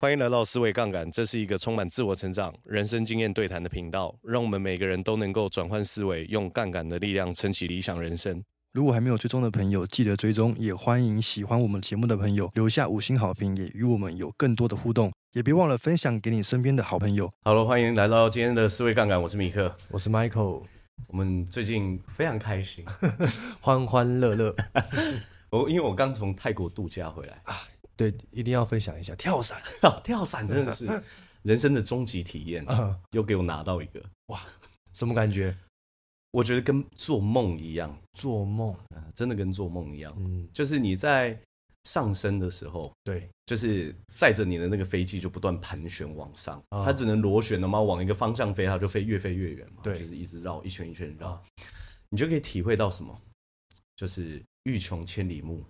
欢迎来到思维杠杆，这是一个充满自我成长、人生经验对谈的频道，让我们每个人都能够转换思维，用杠杆的力量撑起理想人生。如果还没有追踪的朋友，记得追踪，也欢迎喜欢我们节目的朋友留下五星好评，也与我们有更多的互动，也别忘了分享给你身边的好朋友。好了，欢迎来到今天的思维杠杆，我是米克。我是 Michael，我们最近非常开心，欢欢乐乐，我因为我刚从泰国度假回来， 对，一定要分享一下跳伞，跳伞真 的是人生的终极体验，啊，又给我拿到一个，什么感觉？我觉得跟做梦一样，做梦，呃真的跟做梦一样，嗯，就是你在上升的时候，对，就是载着你的那个飞机就不断盘旋往上，啊它只能螺旋的嘛，往一个方向飞，它就飞越飞越远嘛，对就是一直绕一圈一圈绕，啊你就可以体会到什么，就是欲穷千里目，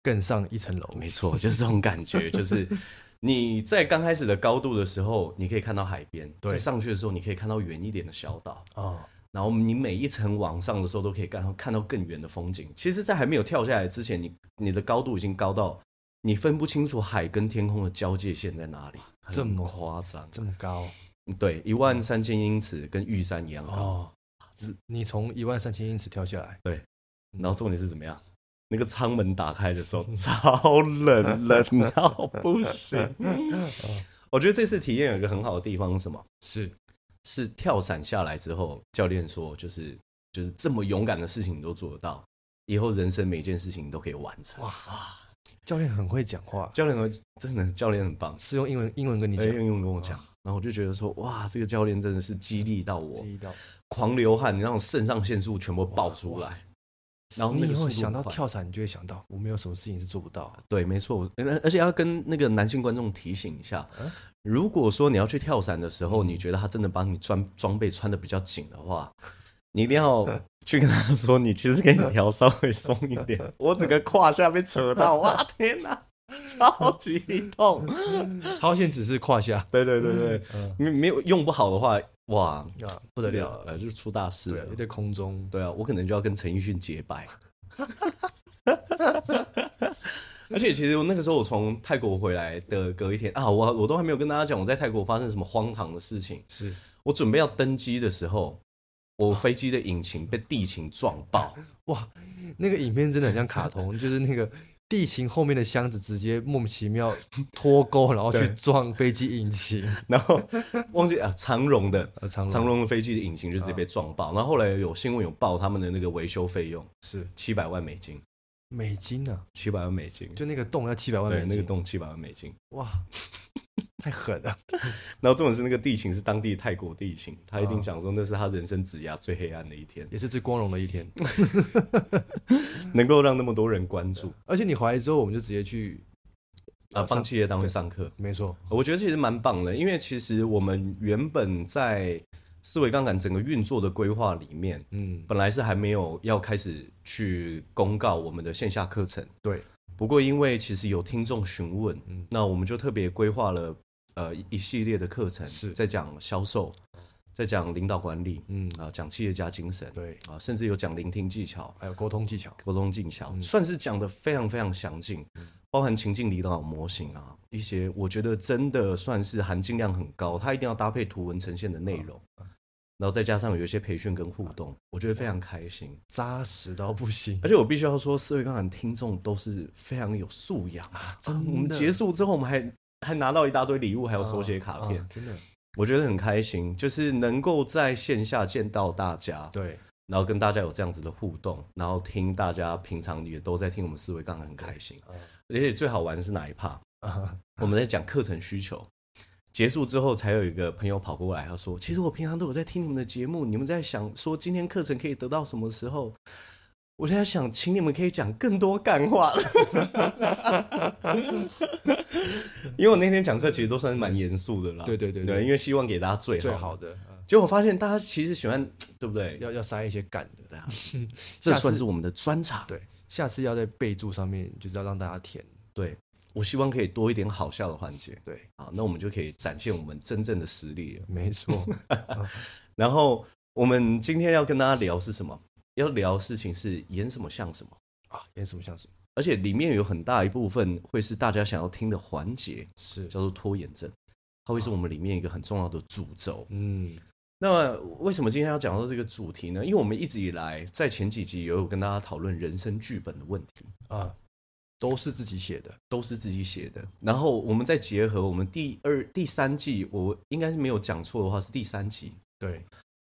更上一层楼，没错， 就是这种感 觉，就是你在刚开始的高度的时候，你可以看到海边，对在上去的时候，你可以看到远一点的小岛。啊，然后你每一层往上的时候，都可以看到看到更远的风景。其实，在还没有跳下来之前，你你的高度已经高到你分不清楚海跟天空的交界线在哪里，很这么夸张？这么高对，一万三千英尺，跟玉山一样高。哦，你从一万三千英尺跳下来，然后重点是怎么样？那个舱门打开的时候超冷，冷到不 行。我觉得这次体验有一个很好的地方是什么？是是跳伞下来之后，教练说，就是就是这么勇敢的事情你都做得到，以后人生每件事情你都可以完成。哇，教练很会讲话，教练很真的教练很棒，是用英文英文跟你哎讲，用英文跟我讲，然后我就觉得说，哇，这个教练真的是激励到这我，一道，狂流汗，你让我肾上腺素全部爆出来。然后你那以个速后度想到很快，跳伞，你就会想到我没有什么事情是做不到的，对，没错，而而且要跟那个男性观众提醒一下，嗯如果说你要去跳伞的时候，你觉得他真的帮你装装备穿的比较紧的话，你一定 要去跟他说，你其实可以调稍微松一 点。我整个胯下被扯到，哇天哪，超级痛！好险只是 胯下对对对对，嗯没没有用不好的话，哇啊，不得了这个呃，就是出大事对了，。又在空中，对啊，我可能就要跟陈奕迅结 拜。而且其实我那个时候我从泰国回来的隔一天啊，我我都还没有跟大家讲我在泰国发生什么荒唐的事情。是我准备要登机的时候，我飞机的引擎被地勤撞 爆，哇，那个影片真的很像 卡通，就是那个地勤后面的箱子直接莫名其妙脱钩，然后去对撞飞机 引擎。然后忘记啊长荣的呃，长长龙荣的飞机的引擎就直接被撞爆。然后后来有新闻有报他们的那个维修费用是七百万美金，美金啊，七百万美金，就那个洞要七百万美对金，那个洞七百万美金。哇，太狠了。然后重点是那个地勤是当地泰国地勤，他一嗯定想说那是他人生职涯最黑暗的一天，也是最光荣的一天，能够让那么多人关注而且你回来之后，我们就直接去啊，帮呃上企业单位上课，没错，我觉得其实蛮棒的，因为其实我们原本在思维杠杆整个运作的规划里面，嗯，本来是还没有要开始去公告我们的线下课程，对，不过因为其实有听众询问，嗯那我们就特别规划了呃一一系列的课程，是在讲销售，在讲领导管理，嗯，啊，讲企业家精神，对，啊，甚至有讲聆听技巧、还有沟通技巧，沟通技巧，算是讲的非常非常详尽，包含情境领导模型啊，一些我觉得真的算是含金量很高，它一定要搭配图文呈现的内容，然后再加上有一些培训跟互动，我觉得非常开心。扎实到不行而且我必须要说，思维杠杆听众都是非常有素养啊！真的我们结束之后，我们还还拿到一大堆礼物，还有手写卡片啊，真的我觉得很开心，就是能够在线下见到大家，对，然后跟大家有这样子的互动，然后听大家平常也都在听我们思维杠杆，很开心。嗯而且最好玩的是哪一趴？啊，我们在讲课程需求结束之后，才有一个朋友跑过来，他说：“其实我平常都有在听你们的节目，你们在想说今天课程可以得到什么时候？”我现在想，请你们可以讲更多干话， 因为我那天讲课其实都算是蛮严肃的啦。对对对对，因为希望给大家最 最好好的啊结果发现大家其实喜欢，对不对？要要塞一些感的，这算是我们的专场。 对，下次要在备注上面就是要让大家填，对，我希望可以多一点好笑的环节。对，好，那我们就可以展现我们真正的实力了。没错，然后我们今天要跟大家聊是什么？要聊的事情是演什么像什么。 啊，演什么像什么，而且里面有很大一部分会是大家想要听的环节，是，叫做拖延症，它会是我们里面一个很重要的主轴。嗯，那么为什么今天要讲到这个主题呢？因为我们一直以来在前几集也有跟大家讨论人生剧本的问题，啊，都是自己写的，都是自己写的。然后我们再结合我们第二、第三季，我应该是没有讲错的话，是第三季，对，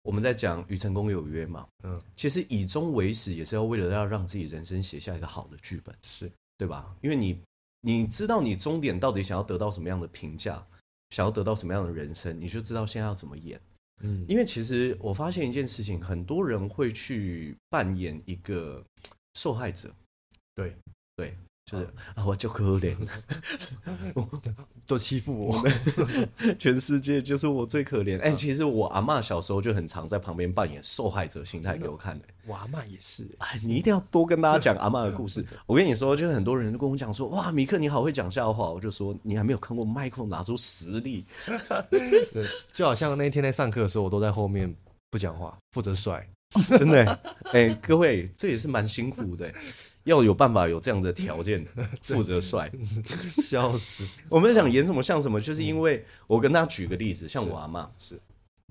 我们在讲与成功有约嘛。嗯，其实以终为始，也是要为了要让自己人生写下一个好的剧本，是，对吧？因为你你知道你终点到底想要得到什么样的评价，想要得到什么样的人生，你就知道现在要怎么演。嗯，因为其实我发现一件事情，很多人会去扮演一个受害者，对，对，就是啊，我就可怜，都欺负我， 全世界就是我最可怜。哎、其实我阿嬷小时候就很常在旁边扮演受害者心态给我看的、我阿嬷也是、欸，哎，你一定要多跟大家讲阿嬷的故事。我跟你说，就是很多人都跟我讲说，哇，米克你好会讲笑话。我就说，你还没有看过 Michael 拿出实力， 对，就好像那一天在上课的时候，我都在后面不讲话，负责甩，真的、哎、各位，这也是蛮辛苦的、要有办法有这样的条件，负责帅。 笑死，我们想演什么像什么，就是因为我跟他举个例子，像我阿妈，嗯是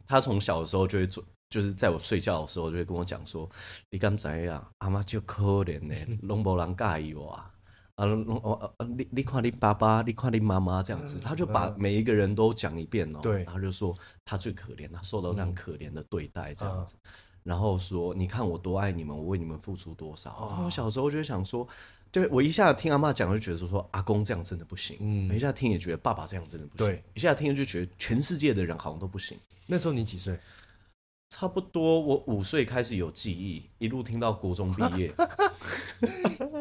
她从小的时候就会做，就是在我睡觉的时候就会跟我讲说：“你敢知啊，阿妈就可怜呢，拢无人介意我啊。”啊，拢拢哦，啊你你看你爸爸，你看你妈妈这样子，他就把每一个人都讲一遍哦。嗯对嗯然后就说他最可怜，他受到这样可怜的对待这样子，然后说你看我多爱你们，我为你们付出多少。然哦后我小时候就会想说，对我一下听阿妈讲就觉得说阿公这样真的不行，嗯，一下听也觉得爸爸这样真的不行，对，一下听就觉得全世界的人好像都不行。那时候你几岁？差不多，我五岁开始有记忆，一路听到国中毕 业。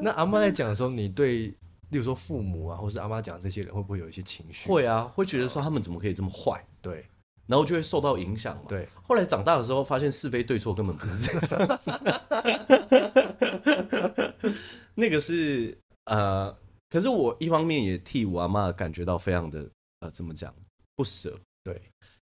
那阿妈在讲的时候，你对，例如说父母啊，或是阿妈讲这些人，会不会有一些情绪？，会啊，会觉得说他们怎么可以这么坏，对，然后就会受到影响嘛。对，后来长大的时候，发现是非对错根本不是这样子。 那个是呃，可是我一方面也替我阿妈感觉到非常的呃，怎么讲不舍，对，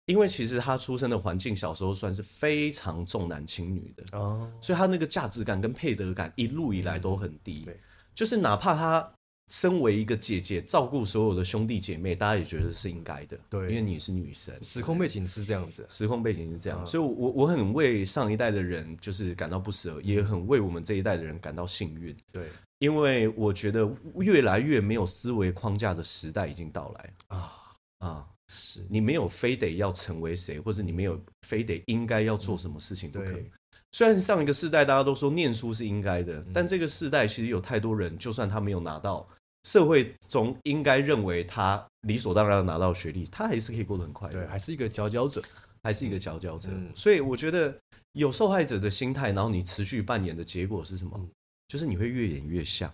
因为其实她出生的环境小时候算是非常重男轻女的，哦，所以他那个价值感跟配得感一路以来都很低。对就是哪怕他身为一个姐姐，照顾所有的兄弟姐妹，大家也觉得是应该的。对因为你是女生，时空背景是这样子，时空背景是这样，嗯所以我我我很为上一代的人就是感到不舍，也很为我们这一代的人感到幸运，对因为我觉得越来越没有思维框架的时代已经到来啊，啊。是，你没有非得要成为谁，或者你没有非得应该要做什么事情不可嗯对。嗯虽然上一个世代大家都说念书是应该的，但这个世代其实有太多人，就算他没有拿到社会中应该认为他理所当然地拿到的学历，他还是可以过得很快对，乐，还是一个佼佼者，还是一个佼佼者。嗯所以我觉得有受害者的心态，然后你持续扮演的结果是什么？嗯就是你会越演越像。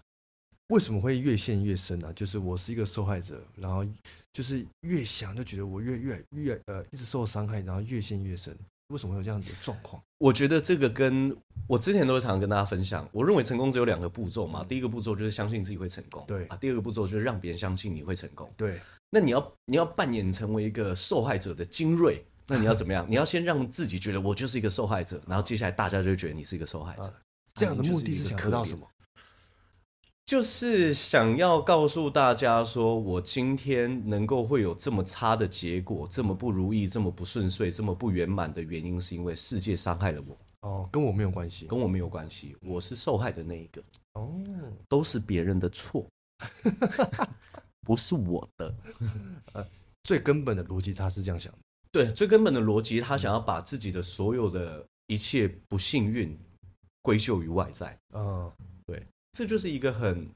为什么会越陷越深呢、啊就是我是一个受害者，然后就是越想就觉得我越越越呃一直受伤害，然后越陷越深。为什么会有这样子的状况？我觉得这个跟我之前都会常常跟大家分享，我认为成功只有两个步骤嘛。第一个步骤就是相信自己会成功，对啊。第二个步骤就是让别人相信你会成功。对，那你要你要扮演成为一个受害者的精锐，那你要怎么样？你 要先让自己觉得我就是一个受害者，然后接下来大家就会觉得你是一个受害者。呃啊这样的你就目是的一嗯是个想得可到怜什么？就是想要告诉大家说，我今天能够会有这么差的结果，这么不如意，这么不顺遂，这么不圆满的原因，是因为世界伤害了我，哦，跟我没有关系。跟我没有关系，我是受害的那一个，哦，都是别人的错， 不是我的。最根本的逻辑他是这样想的。对，最根本的逻辑，他想要把自己的所有的一切不幸运归咎于外在，嗯，这就是一个很，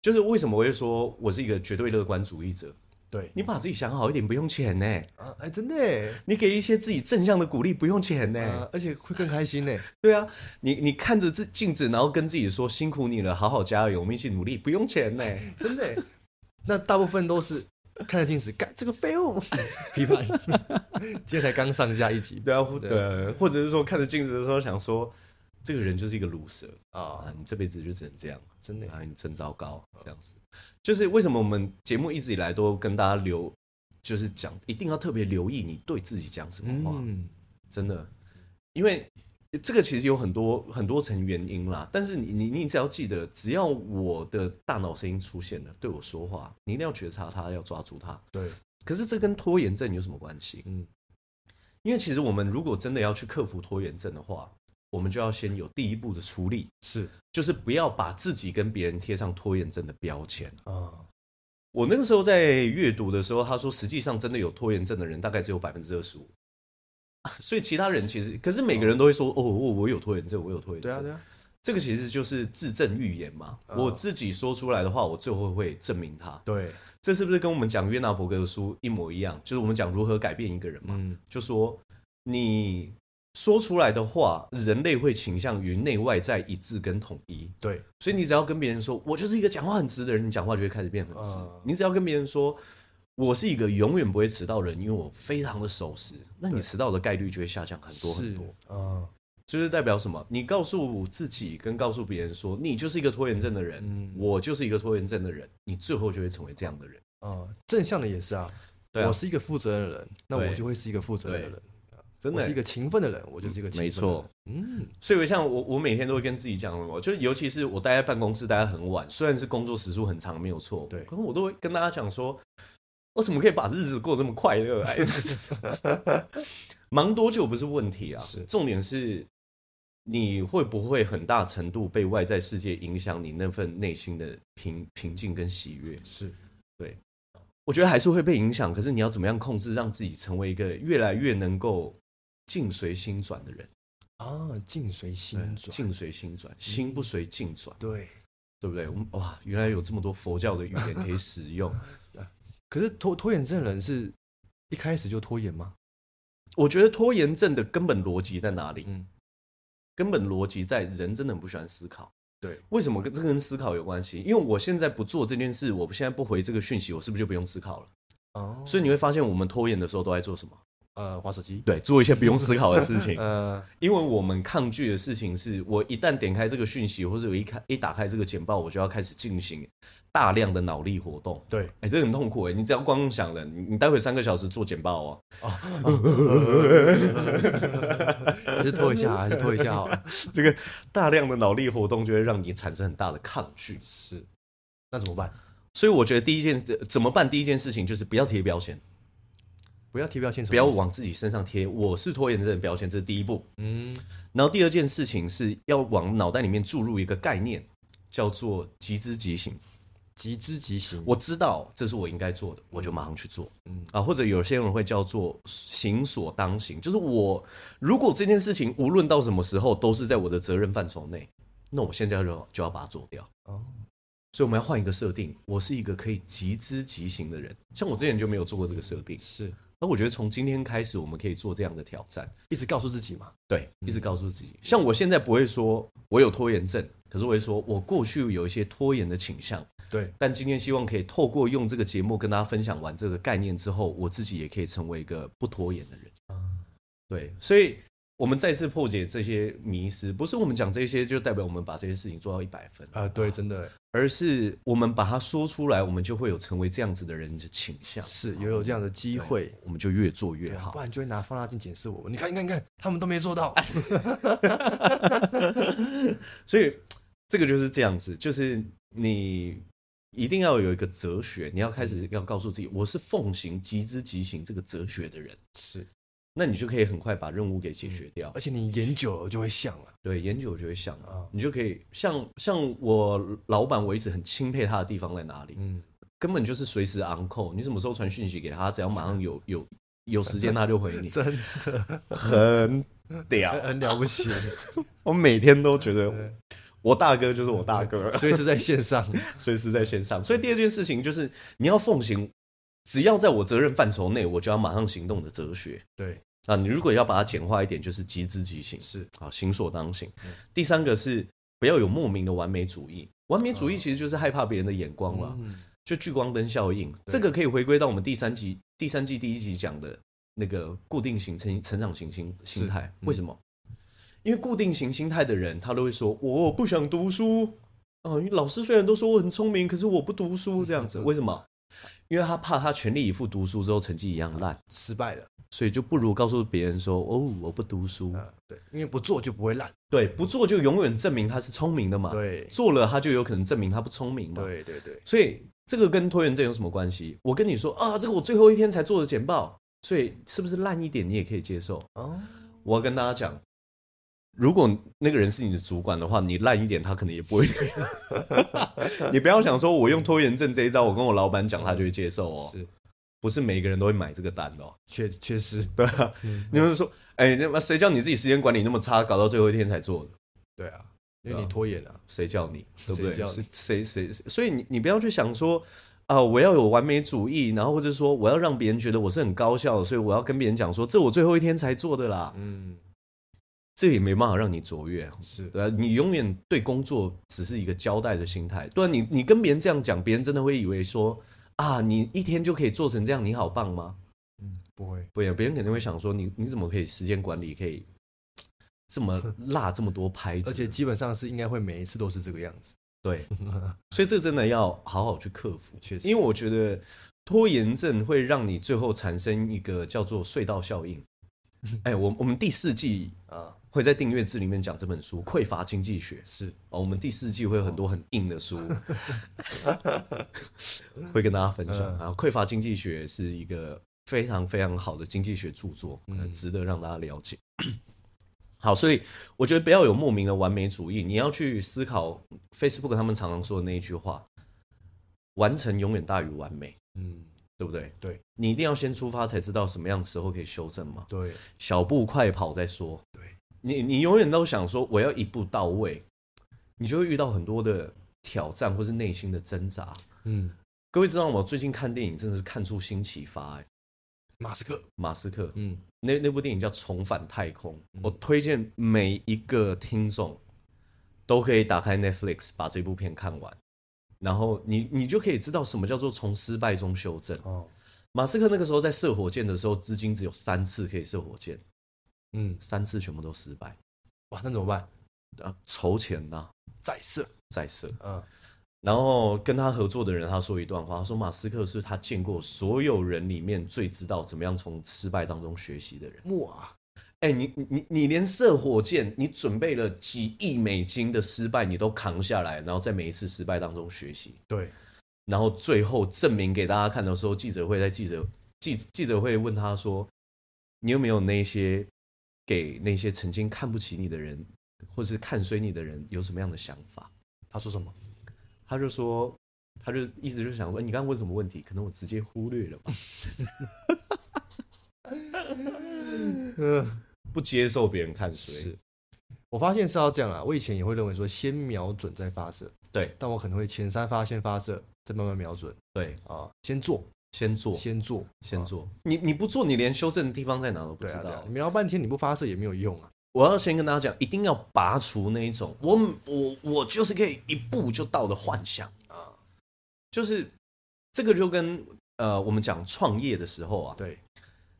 就是为什么我会说我是一个绝对乐观主义者。对，你把自己想好一点，不用钱呢，啊，哎，真的耶，你给一些自己正向的鼓励，不用钱啊呢。而且会更开心呢。对啊，你你看着自镜子，然后跟自己说辛苦你了，好好加油，我们一起努力，不用钱 呢。真的欸。那大部分都是看着镜子，干这个 废物，批判。今天才刚上架一集对啊，或对，或者是说看着镜子的时候想说，这个人就是一个 loser 啊，啊，你这辈子就只能这样。真的欸啊，你真糟糕，这样子，就是为什么我们节目一直以来都跟大家留，就是嗯讲一定要特别留意你对自己讲什么话，嗯，真的，因为这个其实有很多很多层原因啦，但是你你你只要记得，只要我的大脑声音出现了对我说话，你一定要觉察它，要抓住它。对，可是这跟拖延症有什么关系？嗯，因为其实我们如果真的要去克服拖延症的话，我们就要先有第一步的处理，是就是不要把自己跟别人贴上拖延症的标签。啊，我那个时候在阅读的时候，他说实际上真的有拖延症的人大概只有百分之二十五， 所以其他人其实，可是每个人都会说哦，我我有拖延症，我有拖延症。对啊对啊，这个其实就是自证预言嘛。嗯我自己说出来的话，我最后会证明它。对，这是不是跟我们讲约拿伯格的书一模一样？就是我们讲如何改变一个人嘛，嗯，就说你说出来的话，人类会倾向于内外在一致跟统一。对，所以你只要跟别人说我就是一个讲话很直的人，你讲话就会开始变很直。嗯你只要跟别人说我是一个永远不会迟到的人，因为我非常的守时，那你对迟到的概率就会下降很多很多。是啊，就是代表什么？你告诉自己跟告诉别人说，你就是一个拖延症的人，嗯我就是一个拖延症的人，你最后就会成为这样的人。啊，正向的也是啊，对啊我是一个负责任的人，那对我就会是一个负责任的对人，啊真我的是欸一，个勤奋的人，我就是一个勤奋没的人错，。嗯，所以像我，我每天都会跟自己讲，我就尤其是我待在办公室待得很晚，虽然是工作时数很长，没有错，对可是我都会跟大家讲说，为什么可以把日子过得这么快乐？哎 忙多久不是问题啊，是重点是你会不会很大程度被外在世界影响你那份内心的平平静跟喜悦？是我觉得还是会被影响，可是你要怎么样控制，让自己成为一个越来越能够境随心转的人？啊，境随心对啊转，嗯境随心转，心不随境转。对。对不对？我们哇，原来有这么多佛教的语言可以使用。可是拖拖延症的人是一开始就拖延吗？我觉得拖延症的根本逻辑在哪里？嗯，根本逻辑在人真的很不喜欢思考。对，为什么跟这跟思考有关系？因为我现在不做这件事，我现在不回这个讯息，我是不是就不用思考了？哦，所以你会发现，我们拖延的时候都在做什么？呃，滑手机，对，做一些不用思考的事情。呃，因为我们抗拒的事情是，我一旦点开这个讯息，或者我一开一打开这个简报，我就要开始进行大量的脑力活动。 对，哎、这个很痛苦哎、你只要光用想了，你你待会三个小时做简报哦，还是拖一下，还是拖一下好了。这个大量的脑力活动就会让你产生很大的抗拒。 是，那怎么办？所以我觉得第一件呃怎么办？第一件事情就是不要贴标签，不要贴标签，不要，往自己身上贴“我是拖延症”的标签，这是第一步。嗯，然后第二件事情是要往脑袋里面注入一个概念，叫做“即知即行”。即知即行。我知道这是我应该做的，我就马上去做。嗯嗯啊，或者有些人会叫做行所当行，就是我如果这件事情无论到什么时候都是在我的责任范畴内，那我现在就就要把它做掉。哦，所以我们要换一个设定，我是一个可以即知即行的人。像我之前就没有做过这个设定，是那我觉得从今天开始我们可以做这样的挑战。一直告诉自己嘛，对，嗯一直告诉自己，像我现在不会说我有拖延症，可是我会说我过去有一些拖延的倾向。对，但今天希望可以透过用这个节目跟大家分享完这个概念之后，我自己也可以成为一个不拖延的人。啊对，所以我们再次破解这些迷思，不是我们讲这些就代表我们把这些事情做到一百分，呃，对，真的而是我们把它说出来，我们就会有成为这样子的人的倾向，是也有这样的机会，我们就越做越好 不。然就会拿放大镜检视我们。你看，你看，你看，他们都没做 到。所以这个就是这样子，就是你一定要有一个哲学，你要开始要告诉自己，我是奉行即知即行这个哲学的人。是，那你就可以很快把任务给解决掉。而且你演久了就会像了。对，研究我就会想啊啊，你就可以像像我老板，我一直很钦佩他的地方在哪里，嗯，根本就是随时 on call，你什么时候传讯息给他，只要马上有有有时间他就回 你，真的 很屌。 很了不起，我每天都觉得我大哥就是我大哥， 所以是在线上。随时在线上。所以第二件事情就是你要奉行，只要在我责任范畴内，我就要马上行动的哲学。 对，啊，你如果要把它简化一点，就是即知即行，是啊，行所当行。嗯第三个是不要有莫名的完美主义，完美主义其实就是害怕别人的眼光了，哦嗯，就聚光灯效应。这个可以回归到我们第三集、第三季第一集讲的那个固定型成成长型心心态。嗯为什么？因为固定型心态的人，他都会说我嗯不想读书。哦，老师虽然都说我很聪明，可是我不读书这样子，为什么？因为他怕他全力以赴读书之后成绩一样烂，失败了，所以就不如告诉别人说：“哦，我不读书。嗯，对，因为不做就不会烂，对，不做就永远证明他是聪明的嘛。对做了他就有可能证明他不聪明嘛。对对对，所以这个跟拖延症有什么关系？我跟你说啊，这个我最后一天才做的简报，所以是不是烂一点你也可以接受？哦，我要跟大家讲，如果那个人是你的主管的话，你烂一点，他可能也不会。 你不要想说我用拖延症这一招，我跟我老板讲，他就会接受哦。是，不是每个人都会买这个单的、哦。确确实，对啊， 你们说，哎、那么谁叫你自己时间管理那么差，搞到最后一天才做的？对啊，因为你拖延啊，谁叫你？对不谁对？叫你是谁谁？所以你你不要去想说啊、我要有完美主义，然后或者说我要让别人觉得我是很高效的，所以我要跟别人讲说，这我最后一天才做的啦。嗯，这也没办法让你卓越，是，对啊，你永远对工作只是一个交代的心态。对啊，你你跟别人这样讲，别人真的会以为说啊，你一天就可以做成这样，你好棒吗？嗯，不会，不一样，别人肯定会想说你你怎么可以时间管理可以这么落这么多拍子？而且基本上是应该会每一次都是这个样子，对，所以这真的要好好去克服，确实因为我觉得拖延症会让你最后产生一个叫做隧道效 应。哎，我我们第四季呃啊，会在订阅制里面讲这本书《匮乏经济学》是，哦，我们第四季会有很多很硬的书，会跟大家分享。嗯然后《匮乏经济学》是一个非常非常好的经济学著作，嗯呃值得让大家了解。 好，所以我觉得不要有莫名的完美主义，你要去思考 Facebook 他们常常说的那一句话：完成永远大于完美，嗯，对不对？对你一定要先出发，才知道什么样的时候可以修正嘛。对，小步快跑再说。对，你你永远都想说我要一步到位，你就会遇到很多的挑战或是内心的挣扎。嗯，各位知道吗？最近看电影真的是看出新启发、哎，马斯克，马斯克嗯，那那部电影叫《重返太空》，我推荐每一个听众都可以打开 Netflix 把这部片看完，然后你你就可以知道什么叫做从失败中修正。哦，马斯克那个时候在射火箭的时候，资金只有三次可以射火箭，嗯，三次全部都失败。哇，那怎么办？啊，筹钱呐、再射，再设。嗯，然后跟他合作的人，他说一段话，他说马斯克是他见过所有人里面最知道怎么样从失败当中学习的人。哇，哎，你你你你连射火箭，你准备了几亿美金的失败，你都扛下来，然后在每一次失败当中学习，对，然后最后证明给大家看的时候，记者会在记者记记者会问他说，你有没有那些给那些曾经看不起你的人，或是看衰你的人有什么样的想法？他说什么？他就说，他就意思就是想说，哎你刚刚问什么问题？可能我直接忽略了吧， 不接受别人看谁。是， 我发现是要这样啦。啊我以前也会认为说，先瞄准再发射，对但我可能会前三发先发射，再慢慢瞄准对，啊，先做，先做，先先做，啊。做。你你不做，你连修正的地方在哪都不对知啊，道。对啊，你瞄半天你不发射也没有用啊。我要先跟大家讲，一定要拔除那一种我我我就是可以一步就到的幻想啊，就是这个就跟呃我们讲创业的时候啊，对，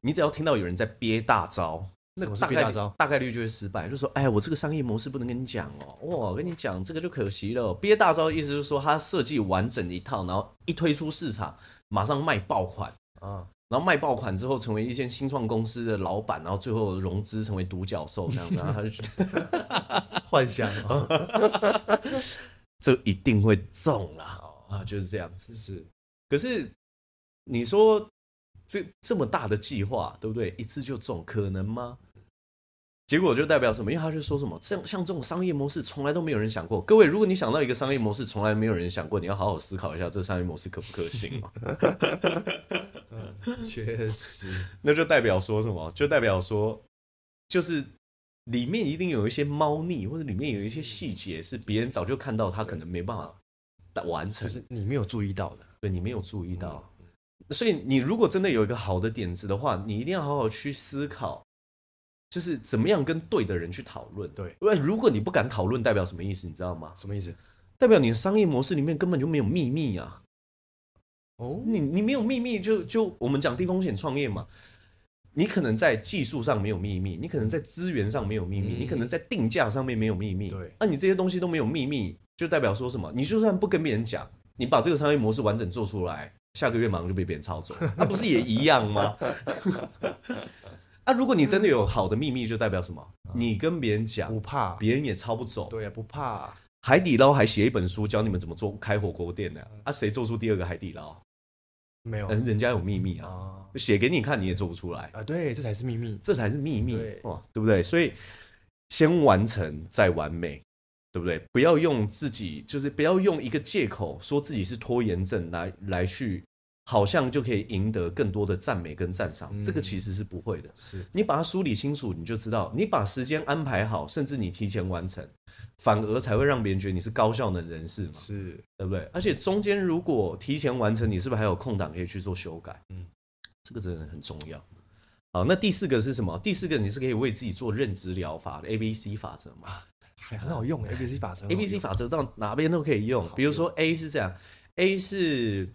你只要听到有人在憋大招，那什么是大概憋大招大概率就会失败。就说，哎，我这个商业模式不能跟你讲哦，哇，我跟你讲这个就可惜了。憋大招的意思就是说，他设计完整一套，然后一推出市场，马上卖爆款，啊，然后卖爆款之后成为一间新创公司的老板，然后最后融资成为独角兽这样子，然后他就觉得幻 想啊，这一定会中啦啊，就是这样子。是可是你说这这么大的计划，对不对？一次就中，可能吗？结果就代表什么？因为他就说什么，像像这种商业模式，从来都没有人想过。各位，如果你想到一个商业模式，从来没有人想过，你要好好思考一下，这商业模式可不可行、哦？确实，那就代表说什么？就代表说，就是里面一定有一些猫腻，或者里面有一些细节是别人早就看到，他可能没办法达完成。就是你没有注意到的。对你没有注意到。所以你如果真的有一个好的点子的话，你一定要好好去思考，就是怎么样跟对的人去讨论。对因为如果你不敢讨论，代表什么意思？你知道吗？什么意思？代表你的商业模式里面根本就没有秘密啊！哦，你你没有秘密就，就我们讲低风险创业嘛。你可能在技术上没有秘密，你可能在资源上没有秘密，嗯你可能在定价上面没有秘密。对那、你这些东西都没有秘密，就代表说什么？你就算不跟别人讲，你把这个商业模式完整做出来，下个月马上就被别人抄走，那、不是也一样吗？ 啊，如果你真的有好的秘密，就代表什么？你跟别人讲不，怕，别人也抄不走。对呀、不怕，海底捞还写一本书教你们怎么做开火锅店呢、啊？谁做出第二个海底捞？没有人人家有秘密啊，啊写给你看你也做不出来，啊，对，这才是秘密。这才是秘密对哇，对不对？所以先完成再完美，对不对？不要用自己，就是不要用一个借口说自己是拖延症来来去，好像就可以赢得更多的赞美跟赞赏，这个其实是不会的。是你把它梳理清楚，你就知道，你把时间安排好，甚至你提前完成，反而才会让别人觉得你是高效能人士嘛。是，对不对？而且中间如果提前完成，你是不是还有空档可以去做修改？嗯嗯，这个真的很重要。好，那第四个是什么？第四个你是可以为自己做认知疗法的 A B C 法则啊嘛还很好用欸 A B C 法则很哎？A 好 B C 用法则到哪边都可以用。比如说 A 是这样，A 是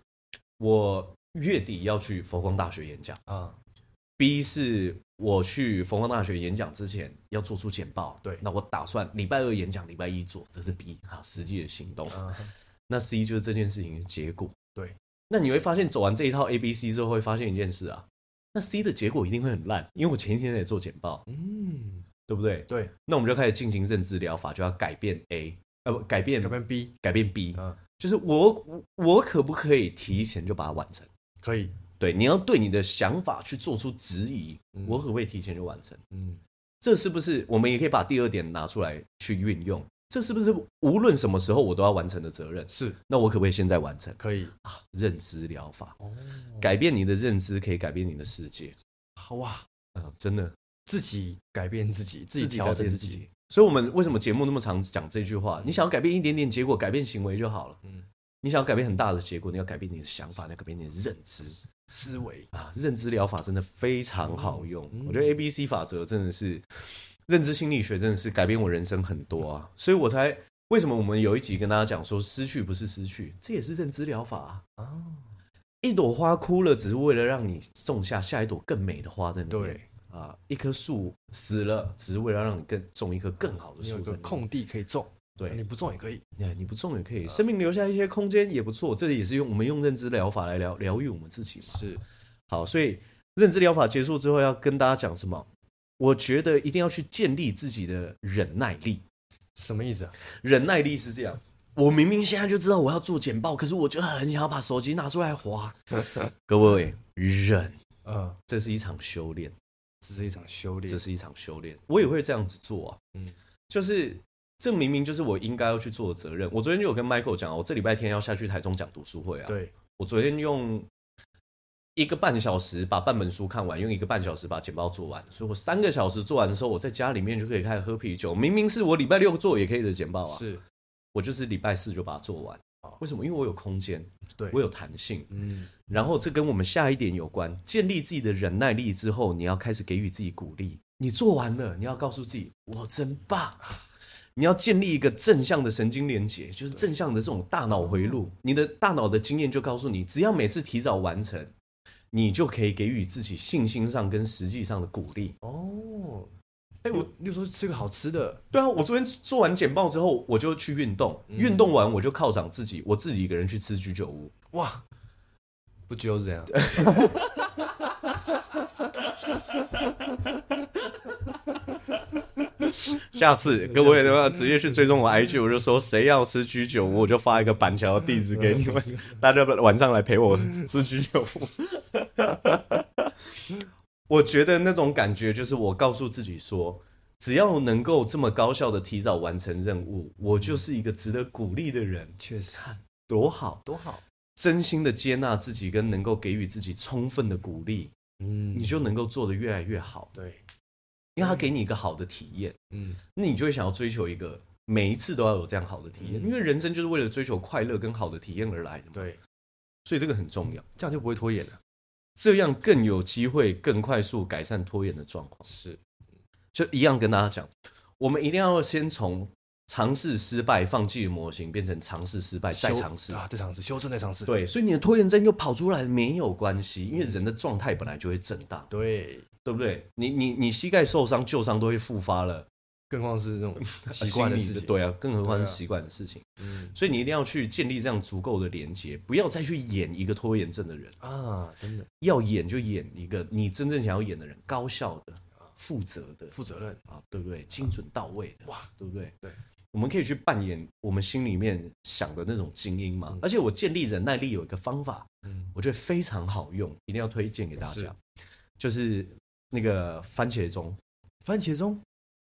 我月底要去佛光大学演讲啊， ，B 是我去佛光大学演讲之前要做出简报，对那我打算礼拜二演讲，礼拜一做，这是 B 啊，实际的行动。嗯，那 C 就是这件事情的结果。对，那你会发现走完这一套 A、B、C 之后，会发现一件事啊，那 C 的结果一定会很烂，因为我前一天也做简报，嗯，对不对？对，那我们就开始进行认知疗法，就要改变 A，呃，不，改变改变 B，改变 B，嗯，就是我我我可不可以提前就把它完成？可以，对，你要对你的想法去做出质疑，嗯我可不可以提前就完成？嗯，这是不是我们也可以把第二点拿出来去运用？这是不是无论什么时候我都要完成的责任？是那我可不可以现在完成？可以。啊，认知疗法，哦，改变你的认知，可以改变你的世界。好哇，嗯、真的，自己改变自己，自己改调整变自自己，己。所以，我们为什么节目那么常讲这句话？你想要改变一点点结果，改变行为就好了。嗯，你想要改变很大的结果，你要改变你的想法，你要改变你的认知思维啊！认知疗法真的非常好用，嗯我觉得 A B C 法则真的是认知心理学真的是改变我人生很多啊！所以我才为什么我们有一集跟大家讲说，失去不是失去，这也是认知疗法啊。啊，一朵花枯了，只是为了让你种下下一朵更美的花在那边。对，啊，一棵树死了，只是为了让你更种一棵更好的你树有在个那边。空地可以种，啊对你不种也可以，哎你你不种也可以，生命留下一些空间也不错。这里也是用我们用认知疗法来疗疗愈我们自己嘛。是好，所以认知疗法结束之后，要跟大家讲什么？我觉得一定要去建立自己的忍耐力。什么意思啊？忍耐力是这样。我明明现在就知道我要做简报，可是我就很想要把手机拿出来划。各位，忍嗯，这是一场修炼，这是一场修炼这，是一场修炼。我也会这样子做啊，嗯，就是这明明就是我应该要去做的责任。我昨天就有跟 Michael 讲啊，我这礼拜天要下去台中讲读书会啊。，对，我昨天用一个半小时把半本书看完，用一个半小时把简报做完，所以我三个小时做完的时候，我在家里面就可以开始喝啤酒。明明是我礼拜六做也可以的简报啊，是，我就是礼拜四就把它做完哦。为什么？因为我有空间，对，我有弹性。嗯，然后这跟我们下一点有关，建立自己的忍耐力之后，你要开始给予自己鼓励。你做完了，你要告诉自己我真棒。你要建立一个正向的神经连接，就是正向的这种大脑回路。你的大脑的经验就告诉你，只要每次提早完成，你就可以给予自己信心上跟实际上的鼓励。哦，哎，我我例如说吃个好吃的，对啊，我昨天做完简报之后，我就去运动，运动完我就犒赏自己，我自己一个人去吃居酒屋。哇，不就是这样？ 下次各位的话，直接去追踪我 IG，我就说谁要吃居酒屋，我就发一个板桥的地址给你们， 大家晚上来陪我吃居酒屋。 我觉得那种感觉就是我告诉自己说，只要能够这么高效的提早完成任务，我就是一个值得鼓励的人，确实，多好！多好，真心的接纳自己，跟能够给予自己充分的鼓励，嗯你就能够做得越来越好，对，因为它给你一个好的体验。嗯，那你就会想要追求一个每一次都要有这样好的体验，嗯因为人生就是为了追求快乐跟好的体验而来的嘛。对，所以这个很重要，这样就不会拖延了，这样更有机会更快速改善拖延的状况。是，就一样跟大家讲，我们一定要先从尝试失败、放弃的模型变成尝试失败再修尝试。啊，再尝试，修正再尝试，对，所以你的拖延症又跑出来没有关系，嗯因为人的状态本来就会震荡，对，对不对？你你你膝盖受伤、旧伤都会复发了，更何况是这种习惯 的心事理情。，对啊，更何况是对啊习惯的事情。嗯所以你一定要去建立这样足够的连接，不要再去演一个拖延症的人，啊，真的要演就演一个你真正想要演的人，高效的、负责的负责任。啊，对不对？精准到位的，哇，对不对？对，我们可以去扮演我们心里面想的那种精英嘛。而且我建立忍耐力有一个方法，嗯，我觉得非常好用，一定要推荐给大是家，就是那个番茄钟。番茄钟，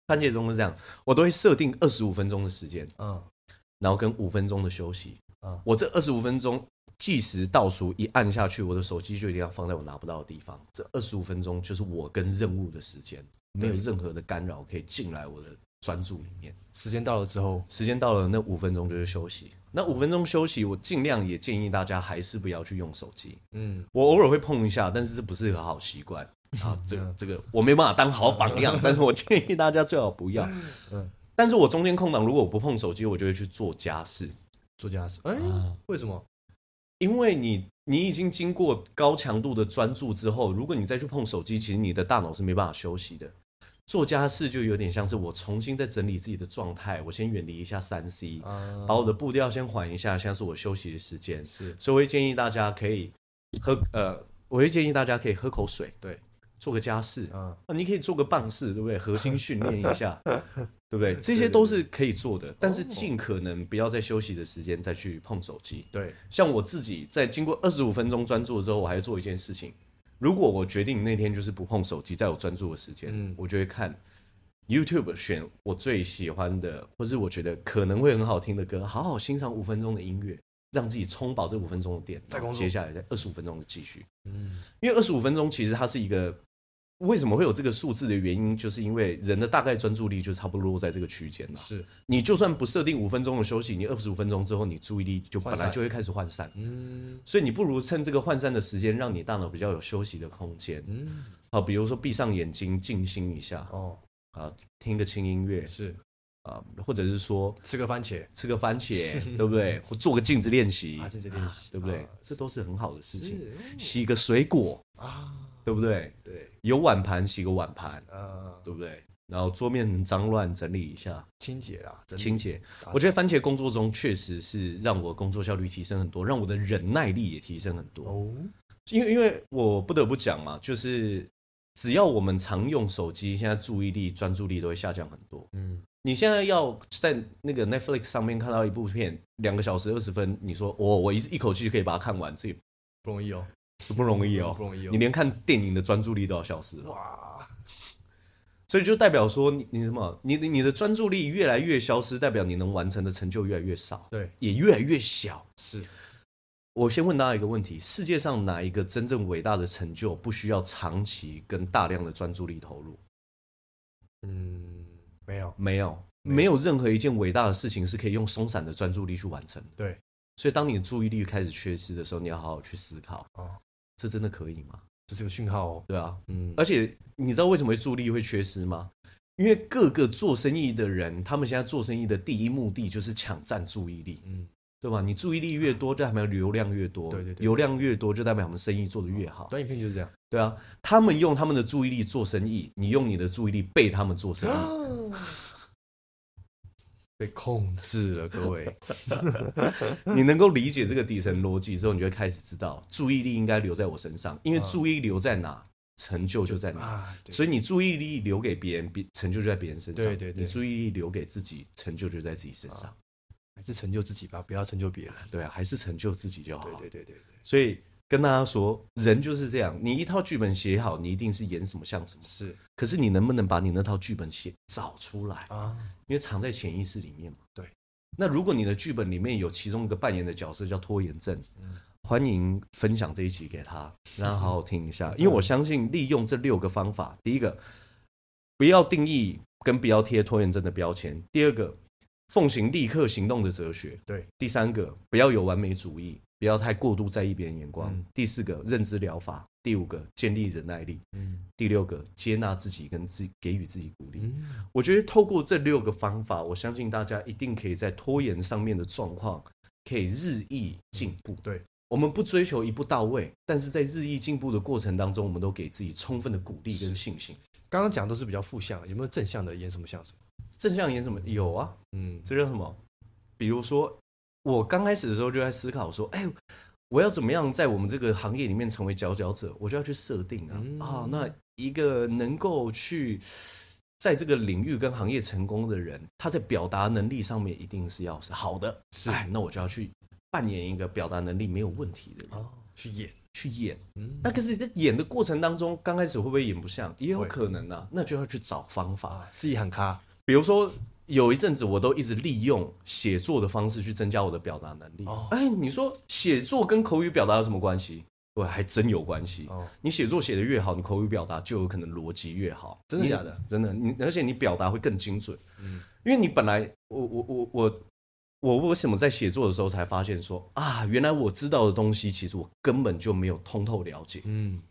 番茄钟是这样，我都会设定二十五分钟的时间，嗯然后跟五分钟的休息。嗯我这二十五分钟计时倒数一按下去，我的手机就一定要放在我拿不到的地方。这二十五分钟就是我跟任务的时间，没有任何的干扰可以进来我的专注里面。时间到了之后，时间到了，那五分钟就是休息。那五分钟休息，我尽量也建议大家还是不要去用手机。嗯，我偶尔会碰一下，但是这不是一个好习惯啊。这嗯这个我没办法当好榜样，但是我建议大家最好不要。嗯但是我中间空档，如果我不碰手机，我就会去做家事，做家事，哎、啊为什么？因为你你已经经过高强度的专注之后，如果你再去碰手机，其实你的大脑是没办法休息的。做家事就有点像是我重新再整理自己的状态，我先远离一下三 C，啊，把我的步调先缓一下，现在是我休息的时间，是所以我会建议大家可以喝呃，我会建议大家可以喝口水，对，做个家事，啊，啊，你可以做个棒式，对不对？核心训练一下，对不对？这些都是可以做的，但是尽可能不要在休息的时间再去碰手机。对，像我自己在经过二十五分钟专注之后，我还会做一件事情。如果我决定那天就是不碰手机，在我专注的时间，嗯我就会看 YouTube 选我最喜欢的，或是我觉得可能会很好听的歌，好好欣赏五分钟的音乐，让自己充饱这五分钟的电，再然后工作接下来在二十五分钟的继续。嗯，因为二十五分钟其实它是一个为什么会有这个数字的原因，就是因为人的大概专注力就差不多落在这个区间了。是，你就算不设定五分钟的休息，你二十五分钟之后，你注意力就本涣来散就会开始涣散。嗯所以你不如趁这个涣散的时间，让你大脑比较有休息的空间。嗯，好，比如说闭上眼睛静心一下，哦，啊，听个轻音乐是啊，或者是说吃个番茄吃个番茄，对不对？或做个镜子练习啊，，这是练习，对不对啊？这都是很好的事情。是洗个水果，啊，对不对？对，有碗盘洗个碗盘，呃，对不对？然后桌面很脏乱，整理一下，清洁啦，真的清洁打。扫我觉得番茄工作中确实是让我工作效率提升很多，让我的忍耐力也提升很多。哦，因为因为我不得不讲嘛，就是只要我们常用手机，现在注意力、专注力都会下降很多。嗯，你现在要在那个 Netflix 上面看到一部片，两个小时二十分，你说哦我、我一一口气就可以把它看完，这也不容易哦，不容易哦，不容易哦你连看电影的专注力都要消失了，哇，所以就代表说你你什么，你你的专注力越来越消失，代表你能完成的成就越来越少，对，也越来越小。是我先问大家一个问题：世界上哪一个真正伟大的成就不需要长期跟大量的专注力投入？嗯，没有，没有，没有任何一件伟大的事情是可以用松散的专注力去完成的。对，所以，当你的注意力开始缺失的时候，你要好好去思考：哦，这真的可以吗？这是个讯号哦，对啊，嗯，而且你知道为什么注意力会缺失吗？因为各个做生意的人，他们现在做生意的第一目的就是抢占注意力，嗯，对吧？你注意力越多，就代表流量越多，对对对流量越多就代表我们生意做得越好。短影片就是这样，对啊，他们用他们的注意力做生意，你用你的注意力被他们做生啊意。被控制了，各 位，你能够理解这个底层逻辑之后，你就会开始知道，注意力应该留在我身上，因为注意力留在哪，成就就在哪。啊，对所以你注意力留给别人，别成就就在别人身上；对对对啊你注意力留给自己，成就就在自己身上。还是成就自己吧，不要成就别人，对啊，还是成就自己就好。对对对对对，所以跟大家说，人就是这样，你一套剧本写好，你一定是演什么像什么。是可是你能不能把你那套剧本写找出来？啊，因为藏在潜意识里面嘛。对。那如果你的剧本里面有其中一个扮演的角色叫拖延症，嗯欢迎分享这一集给他，让他好好听一 下。因为我相信利用这六个方法，第一个，不要定义跟不要贴拖延症的标签；第二个，奉行立刻行动的哲学；对，第三个，不要有完美主义，不要太过度在意别人眼光；嗯第四个，认知疗法；第五个，建立忍耐力；嗯第六个，接纳自己跟自给予自己鼓励。嗯，我觉得透过这六个方法，我相信大家一定可以在拖延上面的状况可以日益进步。对，我们不追求一步到位，但是在日益进步的过程当中，我们都给自己充分的鼓励跟信心。刚刚讲都是比较负向的，有没有正向的演什么像什么？正向演什么有啊，嗯，这叫什么？比如说，我刚开始的时候就在思考说，哎、我要怎么样在我们这个行业里面成为佼佼者？我就要去设定啊、嗯啊，那一个能够去在这个领域跟行业成功的人，他在表达能力上面一定是要是好的，是哎，那我就要去扮演一个表达能力没有问题的人、哦，去演，去演。嗯，那可是你在演的过程当中，刚开始会不会演不像？也有会可能啊，那就要去找方法。啊，自己喊卡，比如说有一阵子我都一直利用写作的方式去增加我的表达能力。哦哎，你说写作跟口语表达有什么关系？对，还真有关系。哦你写作写的越好，你口语表达就有可能逻辑越好。真的你假的？真的，你而且你表达会更精准。嗯因为你本来我我我我我为什么在写作的时候才发现说啊，原来我知道的东西其实我根本就没有通透了解。嗯，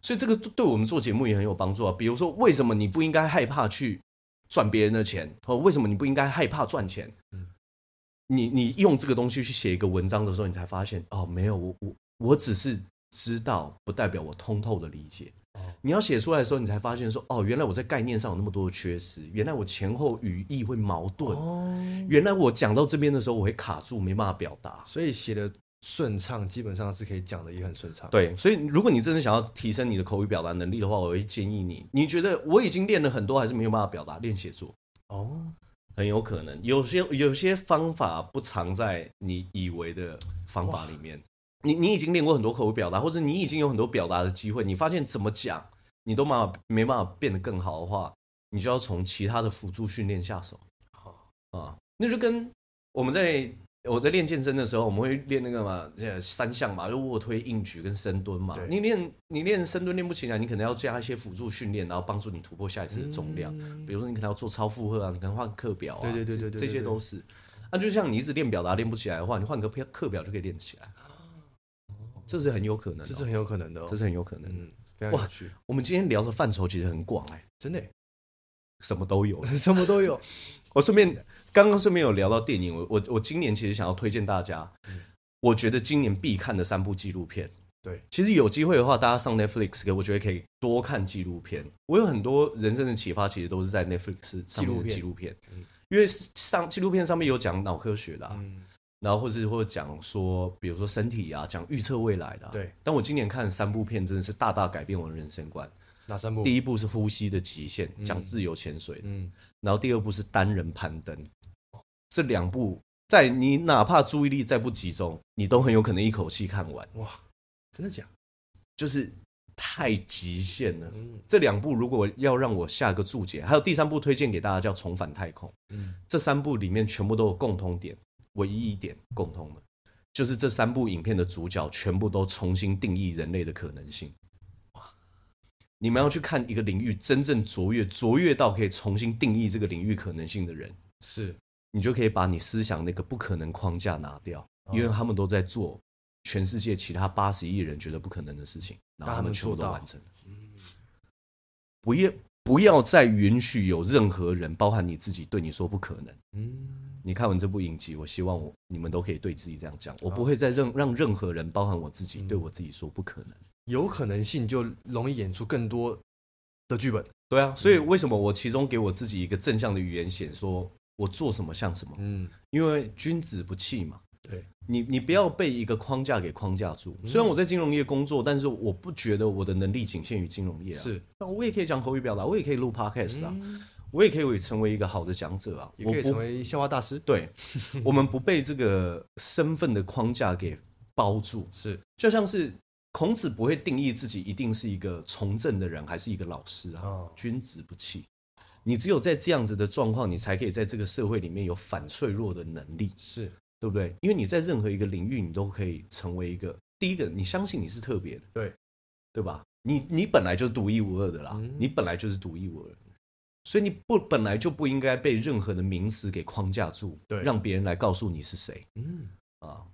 所以这个对我们做节目也很有帮助啊。比如说，为什么你不应该害怕去赚别人的钱，或为什么你不应该害怕赚钱嗯？你你用这个东西去写一个文章的时候，你才发现哦，没有，我我我只是知道，不代表我通透的理解哦。你要写出来的时候，你才发现说哦，原来我在概念上有那么多的缺失，原来我前后语义会矛盾，哦，原来我讲到这边的时候我会卡住，没办法表达。所以写的顺畅，基本上是可以讲的也很顺畅，，对，所以如果你真的想要提升你的口语表达能力的话，我会建议你，你觉得我已经练了很多，还是没有办法表达，练写作哦，很有可能。有些有些方法不藏在你以为的方法里面。你你已经练过很多口语表达，或者你已经有很多表达的机会，你发现怎么讲你都嘛没办法变得更好的话，你就要从其他的辅助训练下手。啊，那就跟我们在我在练健身的时候，我们会练那个嘛，呃，三项嘛，就卧推、硬举跟深蹲嘛对。你练你练深蹲练不起来，你可能要加一些辅助训练，然后帮助你突破下一次的重嗯量。比如说你可能要做超负荷啊，你可能换课表啊，对对对这对对这对些对都是。那就像你一直练表达练不起来的话，你换个课课表就可以练起来，这是很有可能的哦，这是很有可能的哦，这是很有可能的。嗯，非常哇有趣，我们今天聊的范畴其实很广哎、真的耶， 什么都有。什么都有，我哦顺便刚刚顺便有聊到电影，我我我今年其实想要推荐大家，嗯我觉得今年必看的三部纪录片。对，其实有机会的话，大家上 Netflix，我觉得可以多看纪录片。我有很多人生的启发，其实都是在 Netflix 上面的纪纪录片嗯，因为上纪录片上面有讲脑科学的、啊， 嗯，然后或是或者讲说，比如说身体啊，讲预测未来的、啊。对，但我今年看三部片，真的是大大改变我的人生观。哪三部？第一，一部是《呼吸的极限》，讲自由潜水的嗯，然后第二部是单人攀登，这两部在你哪怕注意力再不集中，你都很有可能一口气看完，哇，真的假？就是太极限了。嗯这两部如果要让我下个注解，还有第三部推荐给大家叫《重返太空》，嗯，这三部里面全部都有共通点，唯一一点共通的，就是这三部影片的主角全部都重新定义人类的可能性。你们要去看一个领域真正卓越，卓越到可以重新定义这个领域可能性的人，是，你就可以把你思想那个不可能框架拿掉，因为他们都在做全世界其他八十亿人觉得不可能的事情，然后但他们全部做都到完成了。不要不要再允许有任何人，包含你自己，对你说不可能。嗯，你看完这部影集，我希望我你们都可以对自己这样讲，我不会再任让任何人，包含我自己，对我自己说不可能。有可能性就容易演出更多的剧本，对啊，所以为什么我其中给我自己一个正向的语言写说，我做什么像什么，嗯，因为君子不器嘛。对，你你不要被一个框架给框架住。嗯虽然我在金融业工作，但是我不觉得我的能力仅限于金融业啊。，是，我也可以讲口语表达，我也可以录 podcast 啊，嗯我也可以成为一个好的讲者啊。也可以我不成为笑话大师，对，我们不被这个身份的框架给包住。是，就像是孔子不会定义自己一定是一个从政的人，还是一个老师啊。哦君子不器，你只有在这样子的状况，你才可以在这个社会里面有反脆弱的能力。是，对不对？因为你在任何一个领域，你都可以成为一个第一个，你相信你是特别的，对对吧？你你本来就是独一无二的啦，嗯你本来就是独一无二，所以你不本来就不应该被任何的名词给框架住，对让别人来告诉你是谁嗯啊！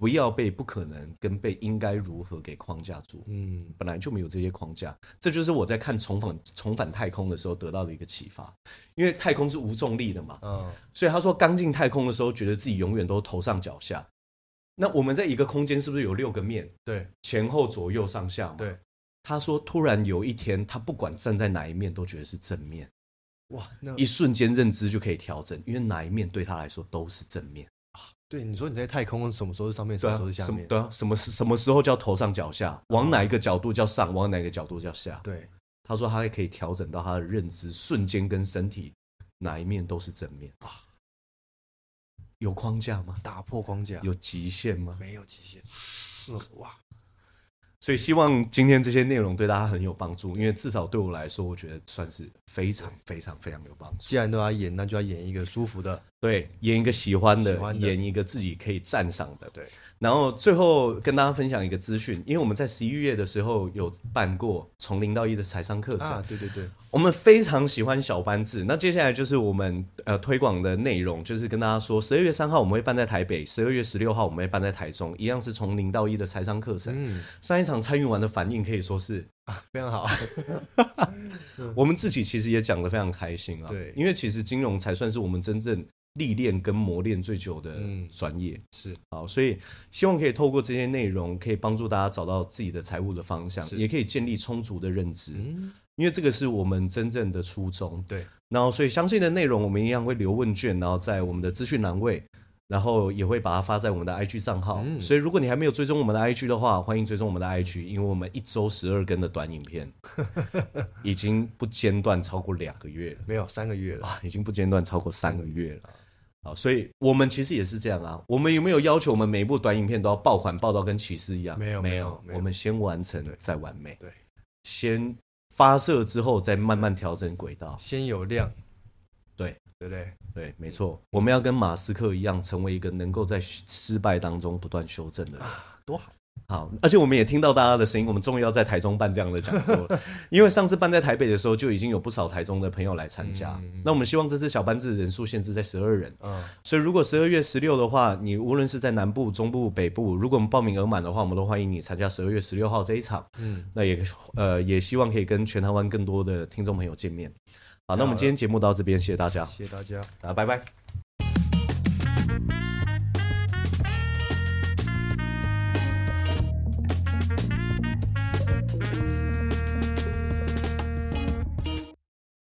不要被不可能跟被应该如何给框架住，嗯，本来就没有这些框架，这就是我在看《重返重返太空》的时候得到的一个启发，因为太空是无重力的嘛，哦，所以他说刚进太空的时候，觉得自己永远都头上脚下。那我们在一个空间是不是有六个面，对前后左右上下嘛？对，他说突然有一天，他不管站在哪一面，都觉得是正面。哇，那一瞬间认知就可以调整，因为哪一面对他来说都是正面。对你说你在太空什么时候是上面，什对么啊时候是，下什么面？对啊，什么时什么时候叫头上脚下？往哪一个角度叫上？往哪一个角度叫下？对他说他可以调整到他的认知，瞬间跟身体哪一面都是正面啊。有框架吗？打破框架，有极限吗？没有极限？嗯，哇，所以希望今天这些内容对大家很有帮助，因为至少对我来说，我觉得算是非常非常非常有帮助。既然都要演，那就要演一个舒服的。对，演一个喜欢的，喜欢的演一个自己可以赞赏的。对，然后最后跟大家分享一个资讯，因为我们在十一月的时候有办过从零到一的财商课程，啊，对对对，我们非常喜欢小班制。那接下来就是我们呃推广的内容，就是跟大家说，十二月三号我们会办在台北，十二月十六号我们会办在台中，一样是从零到一的财商课程。嗯，上一场参与完的反应可以说是非常好。 我们自己其实也讲得非常开心啊。对因为其实金融才算是我们真正历练跟磨练最久的嗯专业。是好，所以希望可以透过这些内容，可以帮助大家找到自己的财务的方向，是也可以建立充足的认知，嗯，因为这个是我们真正的初衷。对，然后，所以相信的内容我们一样会留问卷，然后在我们的资讯栏位。然后也会把它发在我们的 IG 账号，嗯所以如果你还没有追踪我们的 IG 的话，欢迎追踪我们的 IG，因为我们一周十二更的短影 片已经不间断超过两个月了。没有三个月了，啊，已经不间断超过三个月了。好，所以我们其实也是这样啊。我们有没有要求我们每一部短影片都要爆款爆到跟骑士一样？没有没没有没有我们先完成再完美。对，先发射之后再慢慢调整轨道。先有量，对对不对？对，没错，我们要跟马斯克一样，成为一个能够在失败当中不断修正的人。啊多好，好，而且我们也听到大家的声音，我们终于要在台中办这样的讲座 了。因为上次办在台北的时候，就已经有不少台中的朋友来参加。那我们希望这次小班制人数限制在十二人，嗯，所以如果十二月十六的话，你无论是在南部、中部、北部，如果我们报名额满的话，我们都欢迎你参加十二月十六号这一场。嗯嗯，那也呃也希望可以跟全台湾更多的听众朋友见面。好，那我们今天节目到这边，谢谢大家，谢谢大家。大家拜拜。